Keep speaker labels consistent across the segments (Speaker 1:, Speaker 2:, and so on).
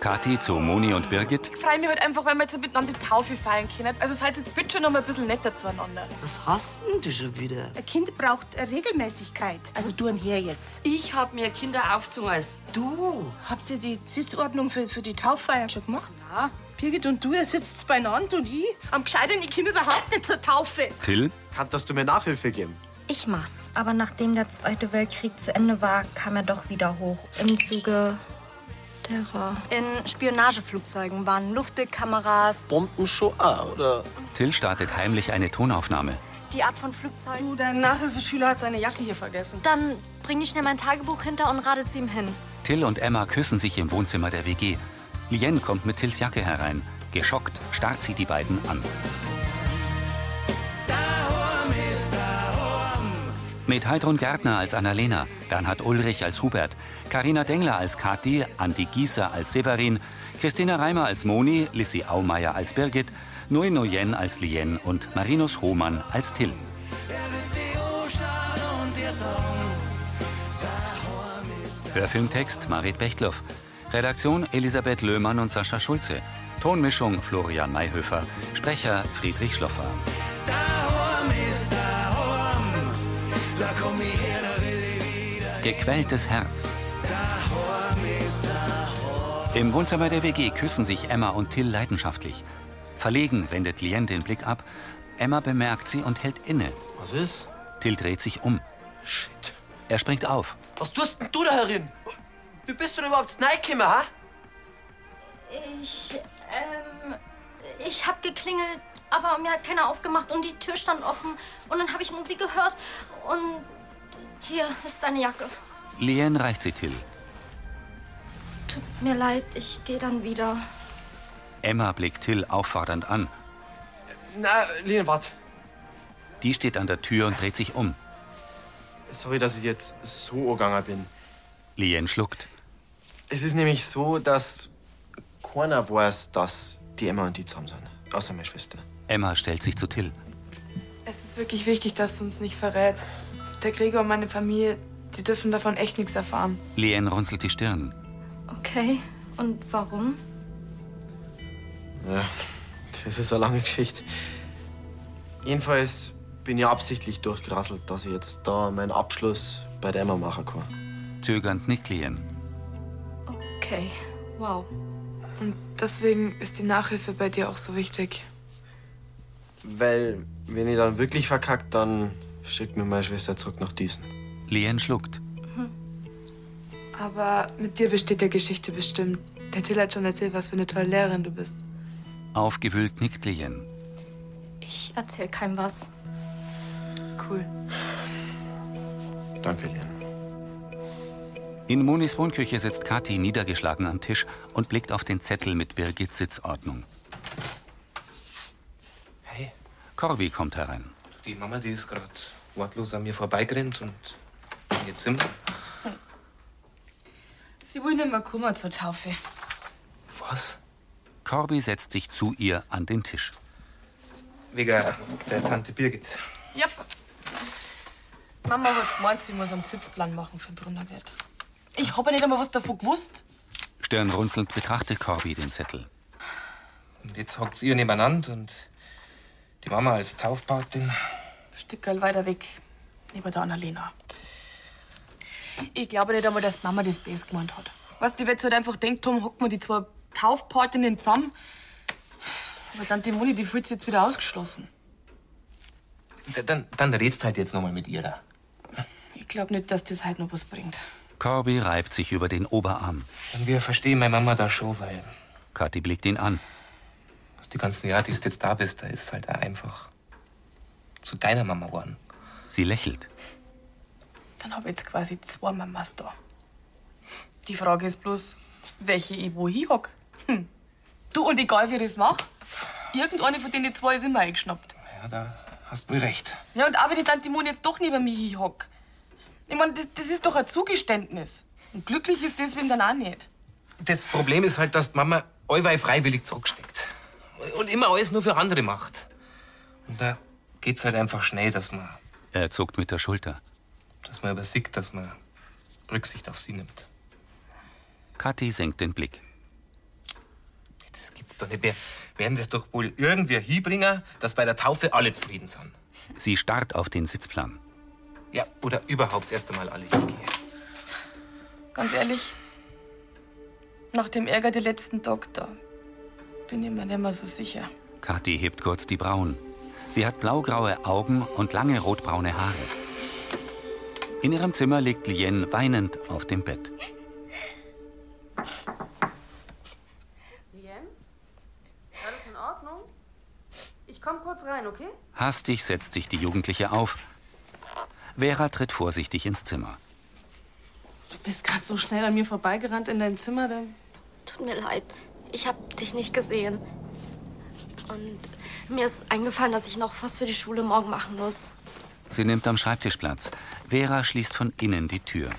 Speaker 1: Kathi zu Moni und Birgit.
Speaker 2: Ich freue mich halt einfach, weil wir jetzt miteinander die Taufe feiern können. Also seid jetzt bitte schon noch mal ein bisschen netter zueinander.
Speaker 3: Was hast denn du schon wieder?
Speaker 4: Ein Kind braucht eine Regelmäßigkeit. Also du und her jetzt.
Speaker 3: Ich hab mehr Kinder aufgezogen als du.
Speaker 4: Habt ihr die Sitzordnung für, für die Tauffeier schon gemacht? Ja. Birgit und du, ihr sitzt beieinander und ich. Am Gescheitern, ich komme überhaupt nicht zur Taufe.
Speaker 1: Till,
Speaker 5: Kannst du mir Nachhilfe geben?
Speaker 6: Ich mach's. Aber nachdem der Zweite Weltkrieg zu Ende war, kam er doch wieder hoch. Im Zuge derer. In Spionageflugzeugen waren Luftbildkameras.
Speaker 7: Bomben schon auch, oder?
Speaker 1: Till startet heimlich eine Tonaufnahme.
Speaker 6: Die Art von Flugzeugen.
Speaker 4: Du, dein Nachhilfeschüler hat seine Jacke hier vergessen.
Speaker 6: Dann bring ich schnell mein Tagebuch hinter und rate zu ihm hin.
Speaker 1: Till und Emma küssen sich im Wohnzimmer der WG. Lien kommt mit Tills Jacke herein. Geschockt starrt sie die beiden an. Mit Heidrun Gärtner als Annalena, Bernhard Ulrich als Hubert, Karina Dengler als Kathi, Andi Gieser als Severin, Christina Reimer als Moni, Lissy Aumeier als Birgit, Nui Noyen als Lien und Marinus Hohmann als Till. Hörfilmtext Marit Bechtloff. Redaktion Elisabeth Löhmann und Sascha Schulze. Tonmischung Florian Mayhöfer. Sprecher Friedrich Schloffer. Gequältes Herz. Im Wohnzimmer der WG küssen sich Emma und Till leidenschaftlich. Verlegen wendet Lien den Blick ab. Emma bemerkt sie und hält inne.
Speaker 7: Was ist?
Speaker 1: Till dreht sich um.
Speaker 5: Shit.
Speaker 1: Er springt auf.
Speaker 5: Was tust denn du da herin? Wie bist du denn überhaupt reingekommen, ha?
Speaker 6: Ich, ähm, ich hab geklingelt, aber mir hat keiner aufgemacht und die Tür stand offen. Und dann habe ich Musik gehört und hier ist deine Jacke.
Speaker 1: Lien reicht sie Till.
Speaker 6: Tut mir leid, ich gehe dann wieder.
Speaker 1: Emma blickt Till auffordernd an.
Speaker 5: Na, Lene, warte.
Speaker 1: Die steht an der Tür und dreht sich um.
Speaker 5: Sorry, dass ich jetzt so gegangen bin.
Speaker 1: Lien schluckt.
Speaker 5: Es ist nämlich so, dass keiner weiß, dass die Emma und die zusammen sind. Außer meine Schwester.
Speaker 1: Emma stellt sich zu Till.
Speaker 2: Es ist wirklich wichtig, dass du uns nicht verrätst. Der Gregor und meine Familie, die dürfen davon echt nichts erfahren.
Speaker 1: Lien runzelt die Stirn.
Speaker 6: Okay, und warum?
Speaker 5: Ja, das ist eine lange Geschichte. Jedenfalls bin ich absichtlich durchgerasselt, dass ich jetzt da meinen Abschluss bei der Emma machen kann.
Speaker 1: Zögernd nickt Lien.
Speaker 6: Okay, wow.
Speaker 2: Und deswegen ist die Nachhilfe bei dir auch so wichtig.
Speaker 5: Weil, wenn ich dann wirklich verkackt, dann schickt mir meine Schwester zurück nach Diesen.
Speaker 1: Lien schluckt.
Speaker 2: Aber mit dir besteht der Geschichte bestimmt. Der Till hat schon erzählt, was für eine tolle Lehrerin du bist.
Speaker 1: Aufgewühlt nickt Lien.
Speaker 6: Ich erzähl keinem was.
Speaker 2: Cool.
Speaker 5: Danke, Lene.
Speaker 1: In Monis Wohnküche sitzt Kathi niedergeschlagen am Tisch und blickt auf den Zettel mit Birgits Sitzordnung.
Speaker 8: Hey,
Speaker 1: Corby kommt herein.
Speaker 8: die Mama, die ist gerade wortlos an mir vorbeigerannt und in ihr Zimmer.
Speaker 9: Sie wollen immer kommen zur Taufe.
Speaker 8: Was?
Speaker 1: Corby setzt sich zu ihr an den Tisch.
Speaker 8: Wegen der Tante Birgit.
Speaker 9: Yep. Mama hat gemeint, sie muss einen Sitzplan machen für den Brunnerwirt. Ich habe ja nicht einmal was davon gewusst.
Speaker 1: Stirnrunzelnd betrachtet Corby den Zettel.
Speaker 8: Und jetzt hockt ihr nebeneinander und die Mama als Taufpatin.
Speaker 9: Stückerl weiter weg, neben der Annalena. Ich glaube nicht einmal, dass Mama das Beste gemeint hat. Weißt du, die wird halt einfach denkt, Tom, hockt man die zwei Taufpartinnen zusammen. Aber dann die Moni, die fühlt sich jetzt wieder ausgeschlossen.
Speaker 8: Da- Dann, dann redst halt jetzt nochmal mit ihr da.
Speaker 9: Ich glaube nicht, dass das heute noch was bringt.
Speaker 1: Corby reibt sich über den Oberarm.
Speaker 8: Und wir verstehen meine Mama da schon, weil
Speaker 1: Kathi blickt ihn an.
Speaker 8: die ganzen Jahre, die du jetzt da bist, da ist halt einfach zu deiner Mama geworden.
Speaker 1: Sie lächelt.
Speaker 9: Dann habe ich jetzt quasi zwei Mamas da. Die Frage ist bloß, welche ich wo hinhock. Hm. Du, und egal wie ich das mach, irgendeine von den zwei ist immer eingeschnappt.
Speaker 8: Ja, da hast du wohl recht.
Speaker 9: Ja, und auch wenn die Tante Moni jetzt doch neben mir hinhock. Ich meine, das, das ist doch ein Zugeständnis. Und glücklich ist deswegen dann auch nicht.
Speaker 8: Das Problem ist halt, dass die Mama allweil freiwillig zurücksteckt. Und immer alles nur für andere macht. Und da geht's halt einfach schnell, dass man,
Speaker 1: Er zuckt mit der Schulter.
Speaker 8: dass man übersieht, dass man Rücksicht auf sie nimmt.
Speaker 1: Kathi senkt den Blick.
Speaker 8: doch nicht mehr. Werden das doch wohl irgendwie hinbringen, dass bei der Taufe alle zufrieden sind.
Speaker 1: Sie starrt auf den Sitzplan.
Speaker 8: Ja, oder überhaupt erst einmal alle hingehen.
Speaker 9: Ganz ehrlich, nach dem Ärger der letzten Doktor bin ich mir nicht mehr so sicher.
Speaker 1: Kathi hebt kurz die Brauen. Sie hat blaugraue Augen und lange rotbraune Haare. In ihrem Zimmer liegt Lien weinend auf dem Bett.
Speaker 10: Lien? Alles in Ordnung? Ich komm kurz rein, okay?
Speaker 1: Hastig setzt sich die Jugendliche auf. Vera tritt vorsichtig ins Zimmer.
Speaker 4: Du bist gerade so schnell an mir vorbeigerannt in dein Zimmer, dann.
Speaker 6: Tut mir leid, ich habe dich nicht gesehen. Und mir ist eingefallen, dass ich noch was für die Schule morgen machen muss.
Speaker 1: Sie nimmt am Schreibtisch Platz. Vera schließt von innen die Tür.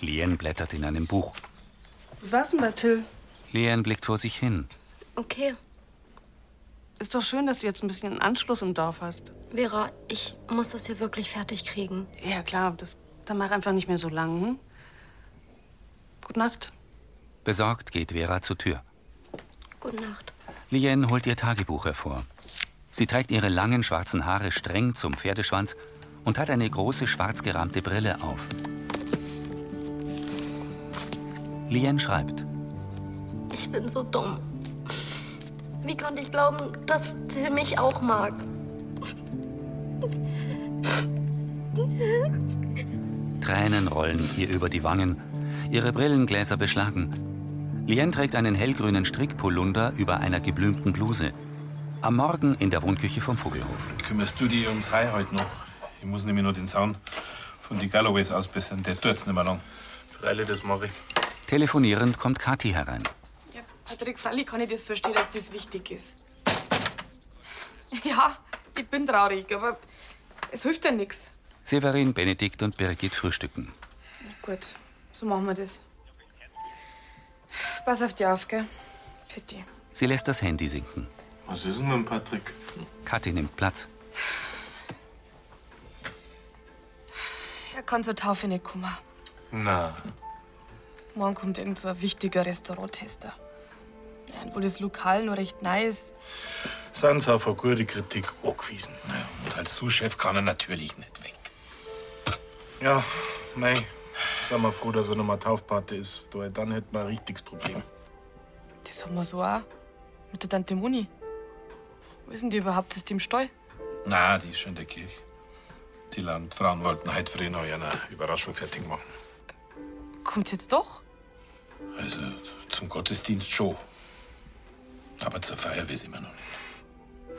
Speaker 1: Lien blättert in einem Buch.
Speaker 4: Wie war's denn bei Till?
Speaker 1: Lien blickt vor sich hin.
Speaker 6: Okay,
Speaker 4: Ist doch schön, dass du jetzt ein bisschen einen Anschluss im Dorf hast.
Speaker 6: Vera, ich muss das hier wirklich fertig kriegen.
Speaker 4: Ja, klar, das, dann mach einfach nicht mehr so lang. Hm? Gute Nacht.
Speaker 1: Besorgt geht Vera zur Tür.
Speaker 6: Gute Nacht.
Speaker 1: Lien holt ihr Tagebuch hervor. Sie trägt ihre langen schwarzen Haare streng zum Pferdeschwanz und hat eine große schwarz gerahmte Brille auf. Lien schreibt.
Speaker 6: Ich bin so dumm. Wie konnte ich glauben, dass Till mich auch mag?
Speaker 1: Tränen rollen ihr über die Wangen, ihre Brillengläser beschlagen. Lien trägt einen hellgrünen Strickpolunder über einer geblümten Bluse. Am Morgen in der Wohnküche vom Vogelhof.
Speaker 11: Kümmerst du dich ums Hai heute noch? Ich muss nämlich noch den Sound von die Galloways ausbessern. Der tut's nicht mehr lang. Freilich, das mache ich.
Speaker 1: Telefonierend kommt Kathi herein.
Speaker 9: Ja, Patrick, freilich kann ich das verstehen, dass das wichtig ist. Ja, ich bin traurig, aber es hilft ja nichts.
Speaker 1: Severin, Benedikt und Birgit frühstücken.
Speaker 9: Gut, so machen wir das. Pass auf dich auf, gell? Bitte.
Speaker 1: Sie lässt das Handy sinken.
Speaker 11: Was ist denn mit Patrick?
Speaker 1: Kathi nimmt Platz.
Speaker 9: Er kann zur Taufe nicht kommen.
Speaker 11: Na,
Speaker 9: Morgen kommt irgend so ein wichtiger Restauranttester. Ja, und wo das Lokal noch recht neu ist.
Speaker 11: sind sie auf eine gute Kritik angewiesen. Ja, und als Sous-Chef kann er natürlich nicht weg. Ja, mei, sind wir froh, dass er nochmal Taufpate ist, weil dann hätten wir ein richtiges Problem.
Speaker 9: Das haben wir so auch. Mit der Tante Moni. Wo ist denn die überhaupt? Ist die im Stall?
Speaker 11: Na, die ist schon in der Kirche. Die Landfrauen wollten heute früh noch eine Überraschung fertig machen.
Speaker 9: Kommt's jetzt doch?
Speaker 11: Also zum Gottesdienst schon. Aber zur Feier weiß ich immer noch nicht.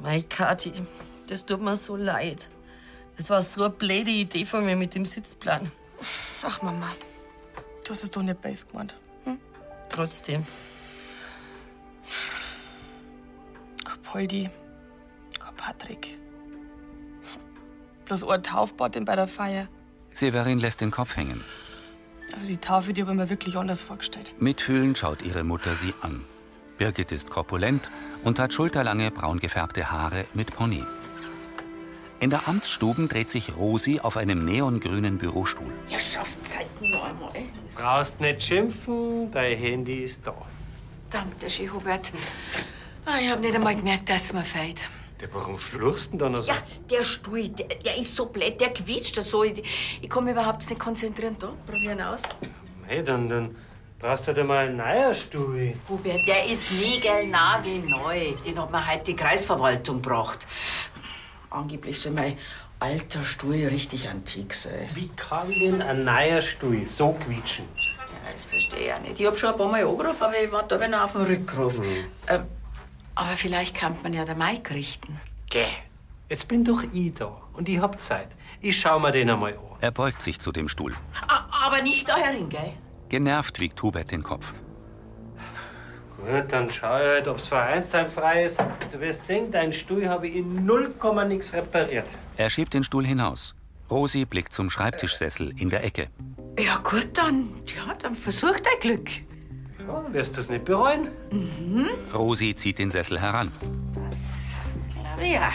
Speaker 3: Mei, Kathi, das tut mir so leid. Das war so eine blöde Idee von mir mit dem Sitzplan.
Speaker 9: Ach, Mama, du hast es doch nicht base gemeint. Hm?
Speaker 3: Trotzdem.
Speaker 9: Poldi. Gott, Patrick. Hm. Bloß ein Taufbad denn bei der Feier.
Speaker 1: Severin lässt den Kopf hängen.
Speaker 9: Also die Taufe, die habe ich mir wirklich anders vorgestellt.
Speaker 1: Mitfühlend schaut ihre Mutter sie an. Birgit ist korpulent und hat schulterlange braun gefärbte Haare mit Pony. In der Amtsstuben dreht sich Rosi auf einem neongrünen Bürostuhl.
Speaker 12: Ihr schafft Zeiten noch einmal.
Speaker 13: Brauchst nicht schimpfen, dein Handy ist da.
Speaker 12: Danke, schön, Hubert. Ah, ich hab nicht einmal gemerkt, dass es mir fehlt.
Speaker 13: Ja, warum fluchst du denn da so?
Speaker 12: Ja, der Stuhl, der, der ist so blöd, der quietscht da so. Ich, ich kann mich überhaupt nicht konzentrieren. Da, probieren aus.
Speaker 13: Hey, dann, dann brauchst du halt einmal einen neuen Stuhl.
Speaker 12: Hubert, der ist niegelnagelneu. Den hat mir heute die Kreisverwaltung gebracht. Angeblich soll mein alter Stuhl richtig antik sein.
Speaker 13: Wie kann denn ein neuer Stuhl so quietschen?
Speaker 12: Ja, das verstehe ich auch nicht. Ich hab schon ein paar Mal angerufen, aber ich warte da noch auf den Rückruf. Ähm, aber vielleicht kann man ja der Mike richten.
Speaker 13: Geh, jetzt bin doch ich da und ich hab Zeit. Ich schau mir den einmal an.
Speaker 1: Er beugt sich zu dem Stuhl.
Speaker 12: A aber nicht da herin, gell?
Speaker 1: Genervt wiegt Hubert den Kopf.
Speaker 13: Gut, dann schau ich halt, ob's Vereinsheim frei ist. Du wirst sehen, deinen Stuhl habe ich in 0, nix repariert.
Speaker 1: Er schiebt den Stuhl hinaus. Rosi blickt zum Schreibtischsessel in der Ecke.
Speaker 12: Ja, gut, dann, ja, dann versuch dein Glück.
Speaker 13: Ja, wirst das nicht Ne, bereuen.
Speaker 12: Mhm.
Speaker 1: Rosi zieht den Sessel heran.
Speaker 12: Ja.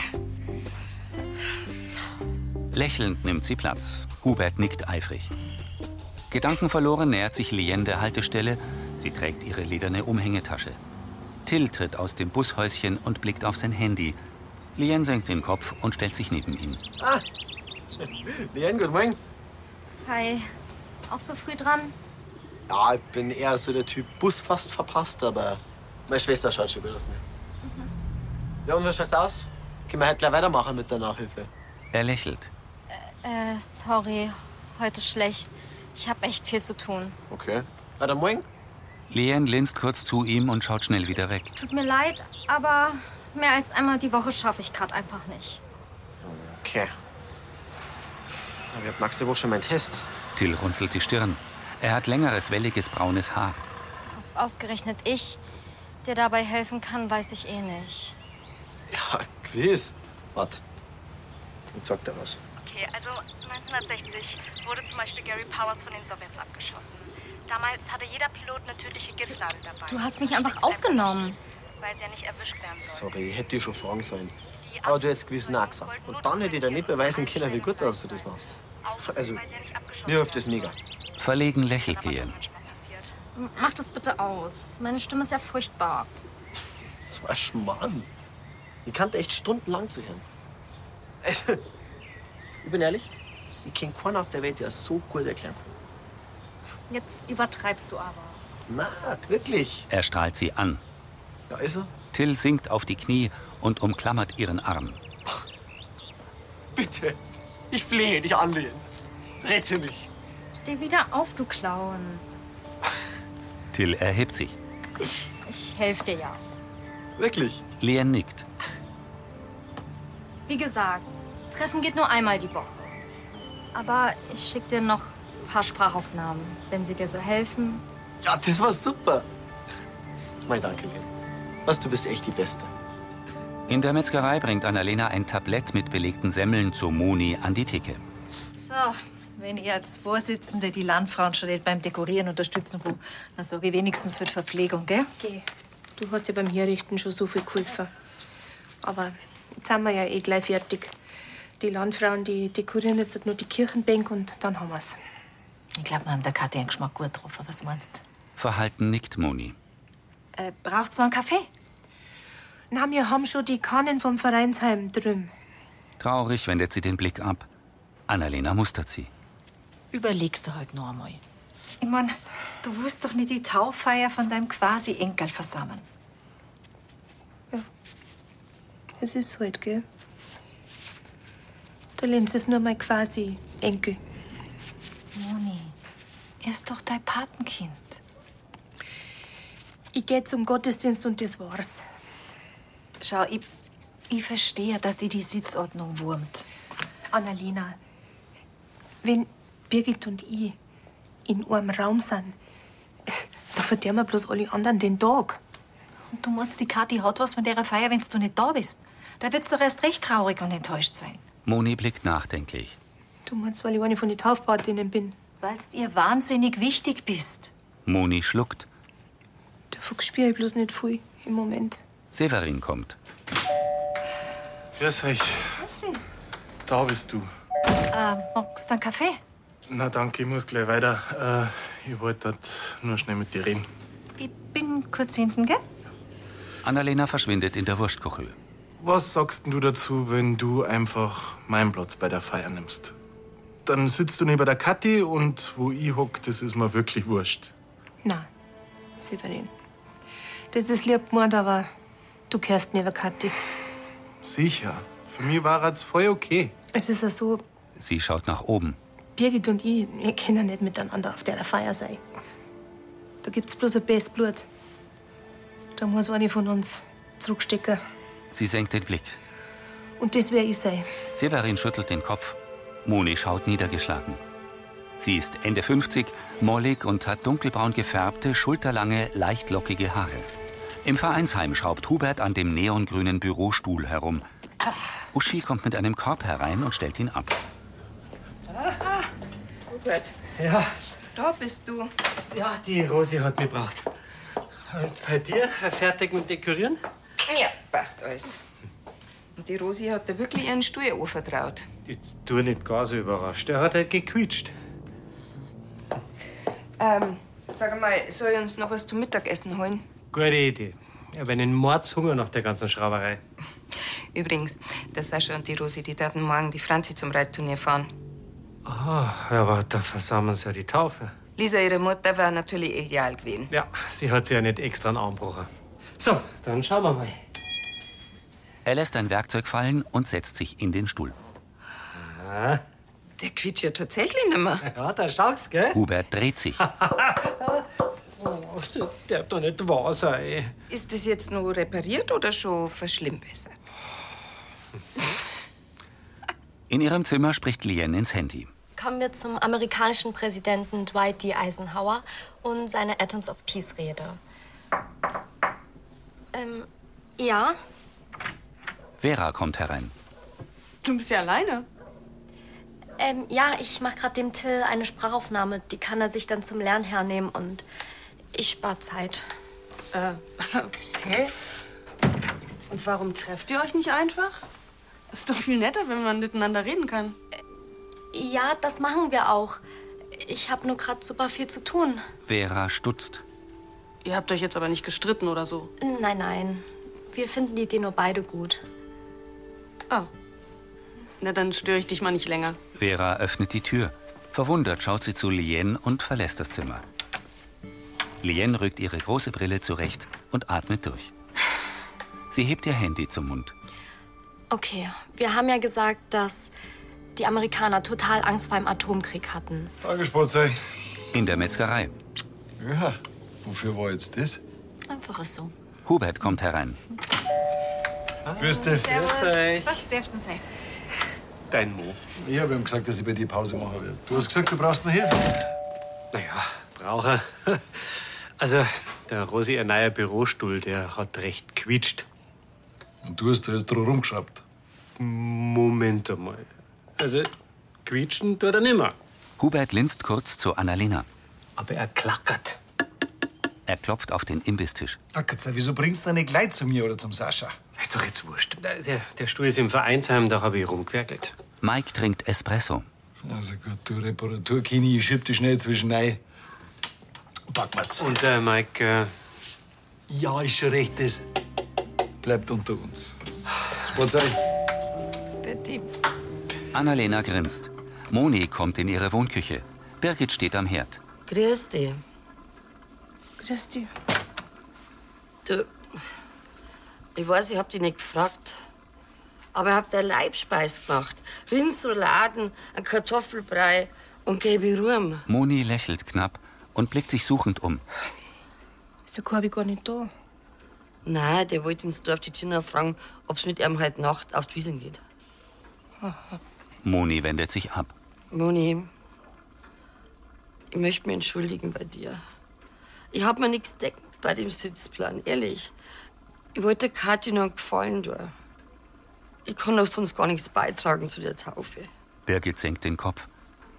Speaker 1: Lächelnd nimmt sie Platz. Hubert nickt eifrig. Gedankenverloren nähert sich Lien der Haltestelle, Sie trägt ihre lederne Umhängetasche. Till tritt aus dem Bushäuschen und blickt auf sein Handy. Lien senkt den Kopf und stellt sich neben ihn.
Speaker 5: Ah! Lien, guten Morgen.
Speaker 6: Hi. Auch so früh dran?
Speaker 5: Ja, ich bin eher so der Typ Bus fast verpasst, aber meine Schwester schaut schon gut auf mich. Ja, und wie schaut's aus? Können wir halt gleich weitermachen mit der Nachhilfe?
Speaker 1: Er lächelt.
Speaker 6: Äh, sorry. Heute schlecht. Ich habe echt viel zu tun.
Speaker 5: Okay. Na dann morgen?
Speaker 1: Lien linst kurz zu ihm und schaut schnell wieder weg.
Speaker 6: Tut mir leid, aber mehr als einmal die Woche schaffe ich gerade einfach nicht.
Speaker 5: Okay. Na, Ich hab nächste Woche schon meinen Test.
Speaker 1: Till runzelt die Stirn. Er hat längeres, welliges, braunes Haar.
Speaker 6: Ausgerechnet ich dir dabei helfen kann, weiß ich eh nicht.
Speaker 5: Ja, Quiz. Warte. Jetzt sagt er was.
Speaker 14: Okay, also 1960 wurde zum Beispiel Gary Powers von den Sowjets abgeschossen. Damals hatte jeder Pilot eine tödliche Giftnadel dabei.
Speaker 6: Du hast mich einfach aufgenommen.
Speaker 14: Weil sie ja nicht erwischt werden sollte.
Speaker 5: Sorry, ich hätte dir schon fragen sollen. Aber du hättest gewiss Nein gesagt. Und dann hätte ich dir nicht beweisen können, wie gut dass du das machst. Also, mir hilft das mega.
Speaker 1: Verlegen lächelt Lien.
Speaker 6: M- Mach das bitte aus. Meine Stimme ist ja furchtbar.
Speaker 5: Das war Schmarrn. Ich kann echt stundenlang zuhören. Also, ich bin ehrlich, ich kenne keinen auf der Welt, der es so gut erklären kann.
Speaker 6: Jetzt übertreibst du aber.
Speaker 5: Na, wirklich. also,
Speaker 1: Er strahlt sie an.
Speaker 5: Da ist er.
Speaker 1: Till sinkt auf die Knie und umklammert ihren Arm.
Speaker 15: Bitte, ich flehe dich an, Lien. Rette mich.
Speaker 6: Steh wieder auf, du Clown.
Speaker 1: Till erhebt sich.
Speaker 6: Ich helfe dir ja.
Speaker 5: Wirklich?
Speaker 1: Lien nickt.
Speaker 6: Wie gesagt, Treffen geht nur einmal die Woche. Aber ich schicke dir noch ein paar Sprachaufnahmen, wenn sie dir so helfen.
Speaker 5: Ja, das war super. Mein Danke, Lien. Was, du bist echt die Beste.
Speaker 1: In der Metzgerei bringt Annalena ein Tablett mit belegten Semmeln zu Moni an die Theke.
Speaker 16: So, wenn ihr als Vorsitzende die Landfrauenstätte beim Dekorieren unterstützen will, dann sage ich wenigstens für die Verpflegung, gell?
Speaker 4: Geh. Du hast ja beim Herrichten schon so viel geholfen. Aber jetzt sind wir ja eh gleich fertig. Die Landfrauen, die dekorieren jetzt halt nur die Kirchenbank und dann haben wir's.
Speaker 16: Ich glaube, wir haben der Kathi einen Geschmack gut getroffen. Was meinst
Speaker 1: Verhalten nickt Moni.
Speaker 16: du? Äh, braucht's noch einen Kaffee?
Speaker 4: Na, wir haben schon die Kannen vom Vereinsheim drüben.
Speaker 1: Traurig wendet sie den Blick ab. Annalena mustert sie.
Speaker 16: Überlegst du heute noch einmal. Ich mein, du wirst doch nicht die Tauffeier von deinem Quasi-Enkel versammeln.
Speaker 4: Es ist halt, gell? Der Lenz ist nur mein quasi Enkel.
Speaker 16: Moni, er ist doch dein Patenkind.
Speaker 4: Ich geh zum Gottesdienst und das war's.
Speaker 16: Schau, ich, ich verstehe, dass dir die Sitzordnung wurmt.
Speaker 4: Annalena, wenn Birgit und ich in einem Raum sind, da verderben wir bloß alle anderen den Tag.
Speaker 16: Und du meinst, die Kathi hat was von derer Feier, wenn du nicht da bist? Da wird's doch erst recht traurig und enttäuscht sein.
Speaker 1: Moni blickt nachdenklich.
Speaker 4: Du meinst, weil ich eine von den Taufpatinnen bin?
Speaker 16: Weil's ihr wahnsinnig wichtig bist.
Speaker 1: Moni schluckt.
Speaker 4: Davon spüre ich bloß nicht viel im Moment.
Speaker 1: Severin kommt.
Speaker 11: Grüß euch.
Speaker 16: Was denn?
Speaker 11: Da bist du.
Speaker 16: Äh, magst du einen Kaffee?
Speaker 11: Na danke, ich muss gleich weiter. Äh, ich wollte dort nur schnell mit dir reden.
Speaker 16: Ich bin kurz hinten, gell?
Speaker 1: Annalena verschwindet in der Wurstkuchel.
Speaker 11: Was sagst denn du dazu, wenn du einfach meinen Platz bei der Feier nimmst? Dann sitzt du neben der Kathi und wo ich hock, das ist mir wirklich wurscht.
Speaker 4: Na, Severin. Das ist lieb gemeint, aber du kehrst neben Kathi.
Speaker 11: Sicher. Für mich war es voll okay.
Speaker 4: Es ist ja so,
Speaker 1: Sie schaut nach oben.
Speaker 4: Birgit und ich, wir können nicht miteinander auf der Feier sein. Da gibt's bloß ein Bestblut. Da muss eine von uns zurückstecken.
Speaker 1: Sie senkt den Blick.
Speaker 4: Und das wär ich sein.
Speaker 1: Severin schüttelt den Kopf. Moni schaut niedergeschlagen. Sie ist Ende 50, mollig und hat dunkelbraun gefärbte, schulterlange, leicht lockige Haare. Im Vereinsheim schraubt Hubert an dem neongrünen Bürostuhl herum. Uschi kommt mit einem Korb herein und stellt ihn ab.
Speaker 17: Ah, Hubert,
Speaker 15: Ja,
Speaker 17: da bist du.
Speaker 15: ja, die Rosi hat mich gebracht. Und bei dir, fertig mit Dekorieren?
Speaker 17: Ja, passt alles. Und die Rosi hat da wirklich ihren Stuhl anvertraut.
Speaker 13: Jetzt tu nicht ganz überrascht. Er hat halt gequetscht.
Speaker 17: Ähm, Sag mal, soll ich uns noch was zum Mittagessen holen?
Speaker 13: Gute Idee. Ich habe einen Mordshunger nach der ganzen Schrauberei.
Speaker 17: Übrigens, der Sascha und die Rosi, die werden morgen die Franzi zum Reitturnier fahren.
Speaker 13: Ah, aber da versammeln sie ja die Taufe.
Speaker 17: Lisa, ihre Mutter, wäre natürlich ideal gewesen.
Speaker 13: Ja. Sie hat sie ja nicht extra einen Armbrocher. So, dann schauen wir mal.
Speaker 1: Er lässt ein Werkzeug fallen und setzt sich in den Stuhl.
Speaker 17: Der quietscht ja tatsächlich nicht mehr.
Speaker 13: Ja, da schaust, gell?
Speaker 1: Hubert dreht sich.
Speaker 13: Oh, das darf doch nicht wahr sein.
Speaker 17: Ist das jetzt nur repariert oder schon verschlimmbessert?
Speaker 1: In ihrem Zimmer spricht Lien ins Handy.
Speaker 6: Kommen wir zum amerikanischen Präsidenten Dwight D. Eisenhower und seiner Atoms of Peace Rede. Ähm, ja,
Speaker 1: Vera kommt herein.
Speaker 6: Du bist ja alleine. Ähm, ja, ich mache gerade dem Till eine Sprachaufnahme. Die kann er sich dann zum Lernen hernehmen und ich spare Zeit.
Speaker 18: Äh, okay. Und warum trefft ihr euch nicht einfach? Ist doch viel netter, wenn man miteinander reden kann.
Speaker 6: Ja, das machen wir auch. Ich habe nur gerade super viel zu tun.
Speaker 1: Vera stutzt.
Speaker 18: Ihr habt euch jetzt aber nicht gestritten oder so.
Speaker 6: Nein, nein. Wir finden die Idee nur beide gut.
Speaker 18: Na, dann störe ich dich mal nicht länger.
Speaker 1: Vera öffnet die Tür. Verwundert schaut sie zu Lien und verlässt das Zimmer. Lien rückt ihre große Brille zurecht und atmet durch. Sie hebt ihr Handy zum Mund.
Speaker 6: Okay, wir haben ja gesagt, dass die Amerikaner total Angst vor einem Atomkrieg hatten.
Speaker 1: Tagessportzeit. In der Metzgerei.
Speaker 19: Ja, wofür war jetzt das?
Speaker 6: Einfach ist so.
Speaker 1: Hubert kommt herein.
Speaker 19: Grüß dich.
Speaker 16: Was darf's denn sein?
Speaker 19: Dein Mo. Ich habe ihm gesagt, dass ich bei dir Pause machen werde. Du hast gesagt, du brauchst mir Hilfe.
Speaker 13: Naja, brauche. Also, der Rosi, ihr neuer Bürostuhl, der hat recht quietscht.
Speaker 19: Und du hast da jetzt dran rumgeschraubt.
Speaker 13: Moment einmal. Also, quietschen tut er nimmer.
Speaker 1: Hubert linst kurz zu Annalena.
Speaker 13: Aber er klackert.
Speaker 1: Er klopft auf den Imbistisch.
Speaker 19: Ackerzer, wieso bringst du denn nicht gleich zu mir oder zum Sascha?
Speaker 13: Ist doch jetzt wurscht. Der, der Stuhl ist im Vereinsheim, da habe ich rumgewerkelt.
Speaker 1: Mike trinkt Espresso.
Speaker 19: Also gut, du Reparaturkini, ich schieb dich schnell zwischen rein. Pack mal's.
Speaker 13: Und äh, Mike, äh,
Speaker 19: Ja, ist schon recht, das bleibt unter uns. Sport
Speaker 17: Bitte.
Speaker 1: Annalena grinst. Moni kommt in ihre Wohnküche. Birgit steht am Herd.
Speaker 3: Grüß dich.
Speaker 4: Grüß dich.
Speaker 3: Du, ich weiß, ich hab dich nicht gefragt, aber ich hab dir Leibspeis gemacht. Rindsrouladen, einen Kartoffelbrei und gelbe Ruhm.
Speaker 1: Moni lächelt knapp und blickt sich suchend um.
Speaker 4: Ist der Korbi gar nicht da?
Speaker 3: Nein, der wollte ins Dorf die Tina fragen, ob's mit ihm heute Nacht auf die Wiesen geht.
Speaker 1: Moni wendet sich ab.
Speaker 3: Moni, ich möchte mich entschuldigen bei dir. Ich hab mir nichts deckt bei dem Sitzplan, ehrlich. Ich wollte Kathi nur einen Gefallen tun. Ich kann auch sonst gar nichts beitragen zu der Taufe.
Speaker 1: Birgit senkt den Kopf.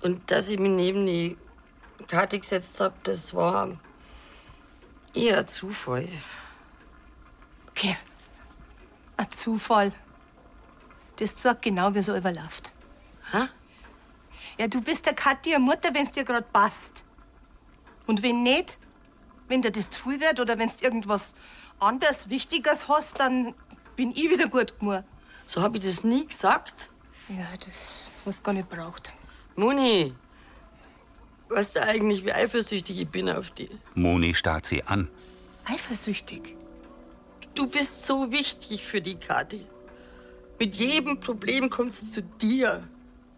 Speaker 3: Und dass ich mich neben die Kathi gesetzt hab, das war eher ein Zufall.
Speaker 4: Okay. Ein Zufall. Das zeigt genau, wie so überläuft.
Speaker 3: Hä?
Speaker 4: Ja, du bist der Kathi eine Mutter, wenn's dir grad passt. Und wenn nicht, wenn dir das zu viel wird oder wenn's irgendwas anderes, Wichtiges hast, dann bin ich wieder gut gemacht.
Speaker 3: So hab ich das nie gesagt.
Speaker 4: Ja, das hast du gar nicht braucht.
Speaker 3: Moni, weißt du eigentlich, wie eifersüchtig ich bin auf dich?
Speaker 1: Moni starrt sie an.
Speaker 4: Eifersüchtig?
Speaker 3: Du bist so wichtig für die Kathi. Mit jedem Problem kommt es zu dir.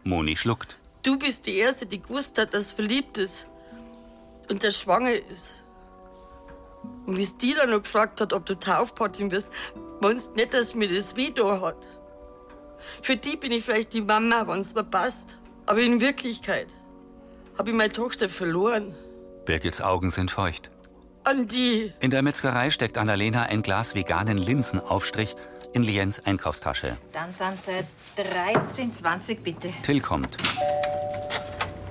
Speaker 1: Moni schluckt.
Speaker 3: Du bist die Erste, die gewusst hat, dass sie verliebt ist und der schwanger ist. Und wie es die dann noch gefragt hat, ob du Taufpatin wirst, meinst nicht, dass mir das Veto hat. Für die bin ich vielleicht die Mama, wenn es mir passt. Aber in Wirklichkeit habe ich meine Tochter verloren.
Speaker 1: Birgits Augen sind feucht.
Speaker 3: An die.
Speaker 1: In der Metzgerei steckt Annalena ein Glas veganen Linsenaufstrich in Liens Einkaufstasche.
Speaker 16: Dann sind sie 13,20 bitte.
Speaker 1: Till kommt.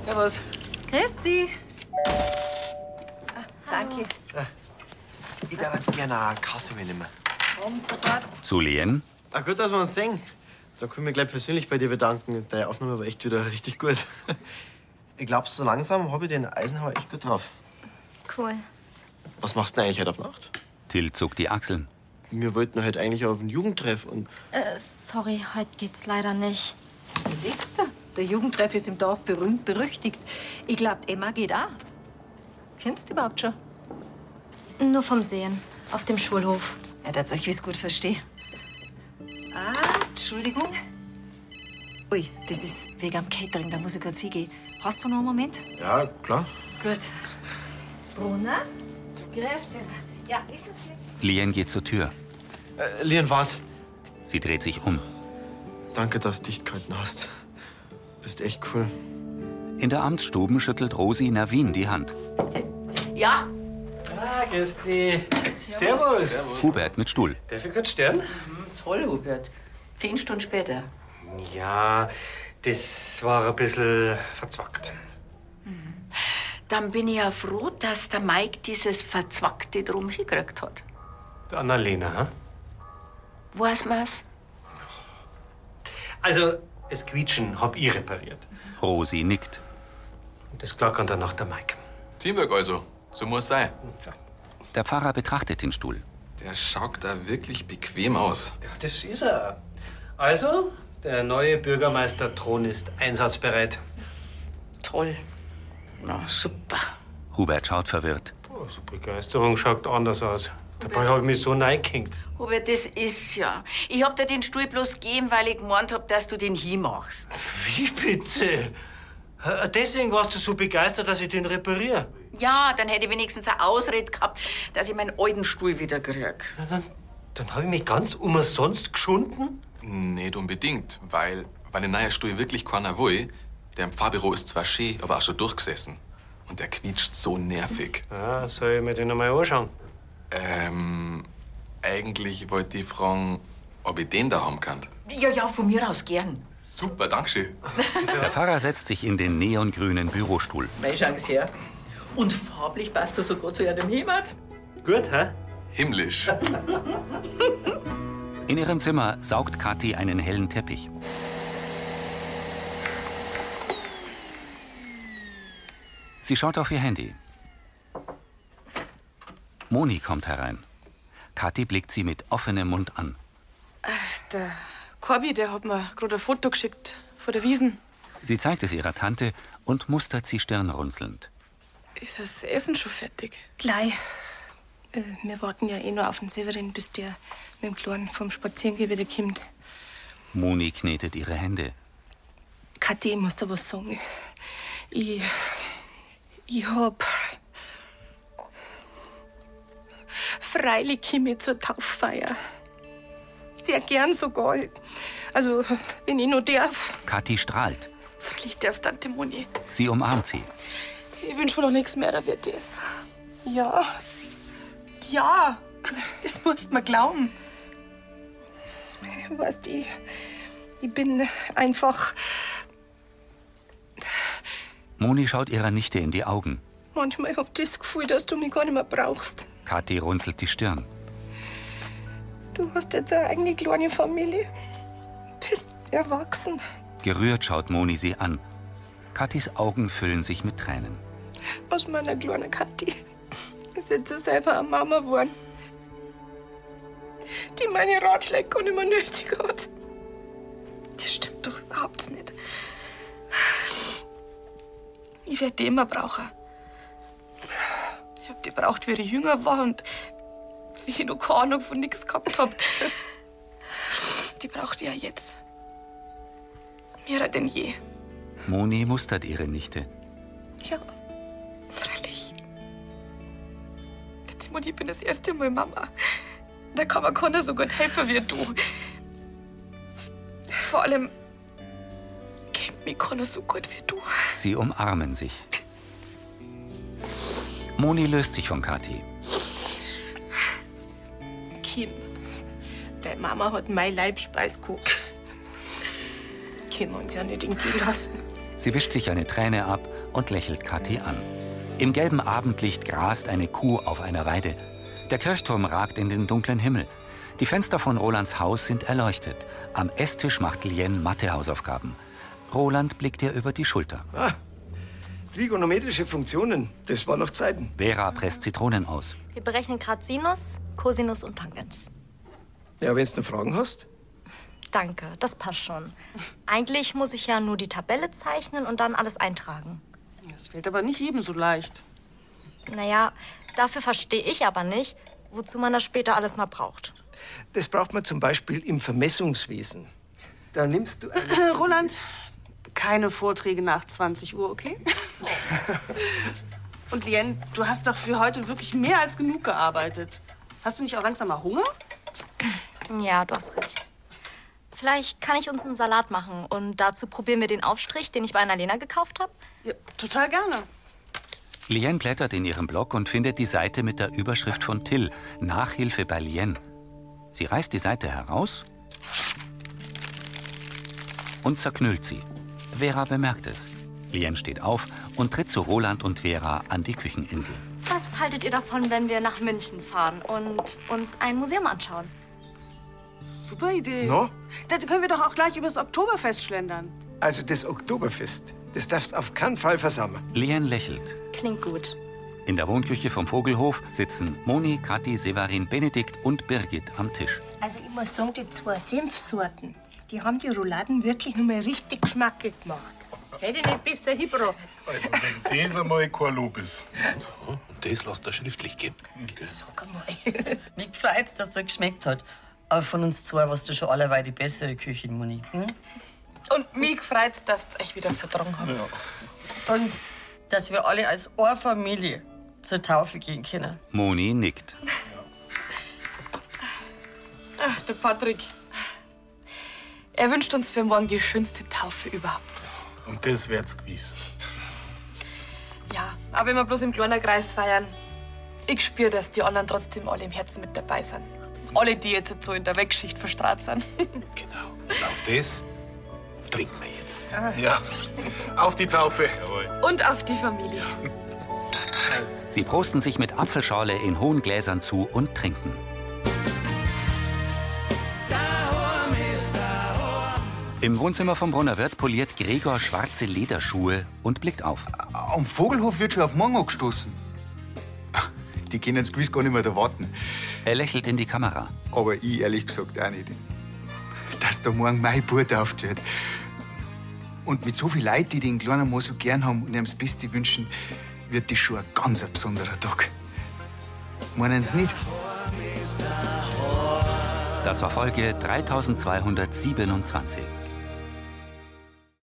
Speaker 16: Servus. Christi. danke.
Speaker 15: Ah.
Speaker 5: Ich darf gerne eine Kasse mitnehmen.
Speaker 16: Komm sofort.
Speaker 1: Zu Lien?
Speaker 5: Ah, gut, dass wir uns sehen. Da können wir gleich persönlich bei dir bedanken. Deine Aufnahme war echt wieder richtig gut. Ich glaube, so langsam habe ich den Eisenhower echt gut drauf.
Speaker 6: cool.
Speaker 5: Was machst du denn eigentlich heute auf Nacht?
Speaker 1: Till zuckt die Achseln.
Speaker 5: Wir wollten heute eigentlich auf ein Jugendtreff und
Speaker 6: Äh, sorry, heute geht's leider nicht.
Speaker 16: Nächster. Der Jugendtreff ist im Dorf berühmt, berüchtigt. Ich glaub, Emma geht auch. Kennst du überhaupt schon?
Speaker 6: Nur vom Sehen. Auf dem Schulhof.
Speaker 16: Ja, dass ich wie's gut verstehe. Ah, Entschuldigung. Ui, das ist wegen am Catering, da muss ich kurz hingehen. Hast du noch einen Moment?
Speaker 5: ja, klar.
Speaker 16: Gut. Brunner? Grüß dich. Ja, ist es jetzt?
Speaker 1: Lien geht zur Tür.
Speaker 5: Äh, Lien, wart.
Speaker 1: Sie dreht sich um.
Speaker 5: Danke, dass du dicht gehalten hast. Bist echt cool.
Speaker 1: In der Amtsstuben schüttelt Rosi Navin die Hand.
Speaker 10: Ja. Ah, grüß dich. Servus.
Speaker 1: Hubert mit Stuhl.
Speaker 10: Darf ich kurz stören?
Speaker 12: Toll, Hubert. Zehn Stunden später.
Speaker 13: Ja, das war ein bisschen verzwackt.
Speaker 12: Dann bin ich ja froh, dass der Mike dieses Verzwackte drum hingekriegt hat.
Speaker 13: Die Annalena, ha?
Speaker 12: Weiß man's?
Speaker 13: Also, das Quietschen hab ich repariert.
Speaker 1: Rosi nickt.
Speaker 13: Und das Klackern danach der Mike.
Speaker 20: Teamwork also. So muss sein.
Speaker 1: Der Pfarrer betrachtet den Stuhl.
Speaker 20: Der schaut da wirklich bequem aus.
Speaker 13: Ja, das ist er. Also, der neue Bürgermeister Thron ist einsatzbereit.
Speaker 12: Toll. Na, super.
Speaker 1: Hubert schaut verwirrt.
Speaker 13: Oh, so Begeisterung schaut anders aus. Dabei habe ich mich so neigehängt.
Speaker 12: Hubert, das ist ja. Ich hab dir den Stuhl bloß gegeben, weil ich gemeint hab, dass du den hinmachst.
Speaker 13: Wie bitte? Äh, Deswegen warst du so begeistert, dass ich den repariere.
Speaker 12: Ja, dann hätte ich wenigstens eine Ausrede gehabt, dass ich meinen alten Stuhl wieder krieg.
Speaker 13: Dann habe ich mich ganz umsonst geschunden?
Speaker 20: Nicht unbedingt, weil, weil in neuer Stuhl wirklich keiner will. Der im Fahrbüro ist zwar schön, aber auch schon durchgesessen. Und der quietscht so nervig.
Speaker 13: Ah, soll ich mir den einmal anschauen?
Speaker 20: Ähm, eigentlich wollte ich fragen, ob ich den da haben kann.
Speaker 12: Ja, ja, von mir aus gern.
Speaker 20: Super, Dankeschön.
Speaker 1: Der Pfarrer setzt sich in den neongrünen Bürostuhl.
Speaker 12: Mei, schau's her. Und farblich passt du sogar zu ihrem Heimat.
Speaker 13: Gut, hä?
Speaker 20: Himmlisch.
Speaker 1: In ihrem Zimmer saugt Kathi einen hellen Teppich. Sie schaut auf ihr Handy. Moni kommt herein. Kathi blickt sie mit offenem Mund an.
Speaker 9: Der Corby, der hat mir gerade ein Foto geschickt von der Wiesen.
Speaker 1: Sie zeigt es ihrer Tante und mustert sie stirnrunzelnd.
Speaker 9: Ist das Essen schon fertig?
Speaker 4: Gleich. Äh, wir warten ja eh nur auf den Severin, bis der mit dem Kleinen vom Spazierengehen wieder kommt.
Speaker 1: Moni knetet ihre Hände.
Speaker 4: Kathi, ich muss da was sagen. Ich. Ich hab. Freilich komme ich zur Tauffeier. Sehr gern sogar. Also, wenn ich nur darf.
Speaker 1: Kathi strahlt.
Speaker 9: Freilich darfst Tante Moni.
Speaker 1: Sie umarmt sie.
Speaker 9: Ich wünsche mir doch nichts mehr, da wird das.
Speaker 4: Ja.
Speaker 9: Ja, das musst man glauben.
Speaker 4: Weißt du, ich, ich bin einfach
Speaker 1: Moni schaut ihrer Nichte in die Augen.
Speaker 4: Manchmal hab ich das Gefühl, dass du mich gar nicht mehr brauchst.
Speaker 1: Kathi runzelt die Stirn.
Speaker 4: Du hast jetzt eine eigene kleine Familie. Bist erwachsen.
Speaker 1: Gerührt schaut Moni sie an. Kathis Augen füllen sich mit Tränen.
Speaker 4: Aus meiner kleinen Kathi ist jetzt selber eine Mama geworden. Die meine Ratschläge gar nicht mehr nötig hat. Das stimmt doch überhaupt nicht. Ich werde die immer brauchen.
Speaker 9: Ich hab die braucht, wie ich jünger war und wie ich noch keine Ahnung von nichts gehabt hab. Die braucht ich ja jetzt. Mehr denn je.
Speaker 1: Moni mustert ihre Nichte.
Speaker 9: Ja, freilich. Tante Moni, ich bin das erste Mal Mama. Da kann man keiner so gut helfen wie du. Vor allem kennt mich keiner so gut wie du.
Speaker 1: Sie umarmen sich. Moni löst sich von Kathi.
Speaker 4: Kim, deine Mama hat mein Leibspeis gekocht. Können wir uns ja nicht entgehen lassen.
Speaker 1: Sie wischt sich eine Träne ab und lächelt Kathi an. Im gelben Abendlicht grast eine Kuh auf einer Weide. Der Kirchturm ragt in den dunklen Himmel. Die Fenster von Rolands Haus sind erleuchtet. Am Esstisch macht Lien Mathe-Hausaufgaben. Roland blickt ihr über die Schulter.
Speaker 5: Trigonometrische Funktionen, das war noch Zeiten.
Speaker 1: Vera presst Zitronen aus.
Speaker 6: Wir berechnen gerade Sinus, Cosinus und Tangens.
Speaker 5: Ja, wenn du Fragen hast.
Speaker 6: Danke, das passt schon. Eigentlich muss ich ja nur die Tabelle zeichnen und dann alles eintragen.
Speaker 4: Das fällt aber nicht jedem so leicht.
Speaker 6: Naja, dafür verstehe ich aber nicht, wozu man das später alles mal braucht.
Speaker 5: Das braucht man zum Beispiel im Vermessungswesen. Da nimmst du eine
Speaker 4: Roland, keine Vorträge nach 20 Uhr, okay? Und Lien, du hast doch für heute wirklich mehr als genug gearbeitet. Hast du nicht auch langsam mal Hunger?
Speaker 6: Ja, du hast recht. Vielleicht kann ich uns einen Salat machen und dazu probieren wir den Aufstrich, den ich bei Annalena gekauft habe.
Speaker 4: Ja, total gerne.
Speaker 1: Lien blättert in ihrem Blog und findet die Seite mit der Überschrift von Till, Nachhilfe bei Lien. Sie reißt die Seite heraus und zerknüllt sie. Vera bemerkt es. Lien steht auf und tritt zu Roland und Vera an die Kücheninsel.
Speaker 6: Was haltet ihr davon, wenn wir nach München fahren und uns ein Museum anschauen?
Speaker 4: Super Idee.
Speaker 5: No?
Speaker 4: Dann können wir doch auch gleich übers Oktoberfest schlendern.
Speaker 5: Also das Oktoberfest, das darfst auf keinen Fall versammeln.
Speaker 1: Lien lächelt.
Speaker 6: Klingt gut.
Speaker 1: In der Wohnküche vom Vogelhof sitzen Moni, Kathi, Severin, Benedikt und Birgit am Tisch.
Speaker 16: Also ich muss sagen, die zwei Senfsorten, die haben die Rouladen wirklich noch mal richtig geschmackig gemacht. Hätte ich nicht besser hingebracht.
Speaker 11: Also, wenn das einmal kein Lob ist.
Speaker 21: Und das lasst er schriftlich geben.
Speaker 16: Sag einmal.
Speaker 3: Mich freut's, dass er geschmeckt hat. Aber von uns zwei warst du schon allerweil die bessere Küche, Moni. Hm?
Speaker 9: Und mich freut's, dass ihr euch wieder verdrungen habt.
Speaker 3: Und dass wir alle als eine Familie zur Taufe gehen können.
Speaker 1: Moni nickt.
Speaker 9: Ach, der Patrick. Er wünscht uns für morgen die schönste Taufe überhaupt.
Speaker 11: Und das wär's gewiss.
Speaker 9: Ja, aber wenn wir bloß im kleinen Kreis feiern, ich spüre, dass die anderen trotzdem alle im Herzen mit dabei sind. Alle, die jetzt so in der Wegschicht verstrahlt sind.
Speaker 21: Und auf das trinken wir jetzt.
Speaker 11: Ja, auf die Taufe.
Speaker 9: Und auf die Familie.
Speaker 1: Sie prosten sich mit Apfelschorle in hohen Gläsern zu und trinken. Im Wohnzimmer vom Brunnerwirt poliert Gregor schwarze Lederschuhe und blickt auf.
Speaker 22: Am Vogelhof wird schon auf morgen angestoßen. Die können jetzt gewiss gar nicht mehr da warten.
Speaker 1: Er lächelt in die Kamera.
Speaker 22: Aber ich ehrlich gesagt auch nicht. Dass da morgen mein Bub tauft wird. Und mit so viel Leuten, die den Kleinen mal so gern haben und ihm das Beste wünschen, wird das schon ein ganz ein besonderer Tag. Meinen Sie nicht?
Speaker 1: Das war Folge 3227.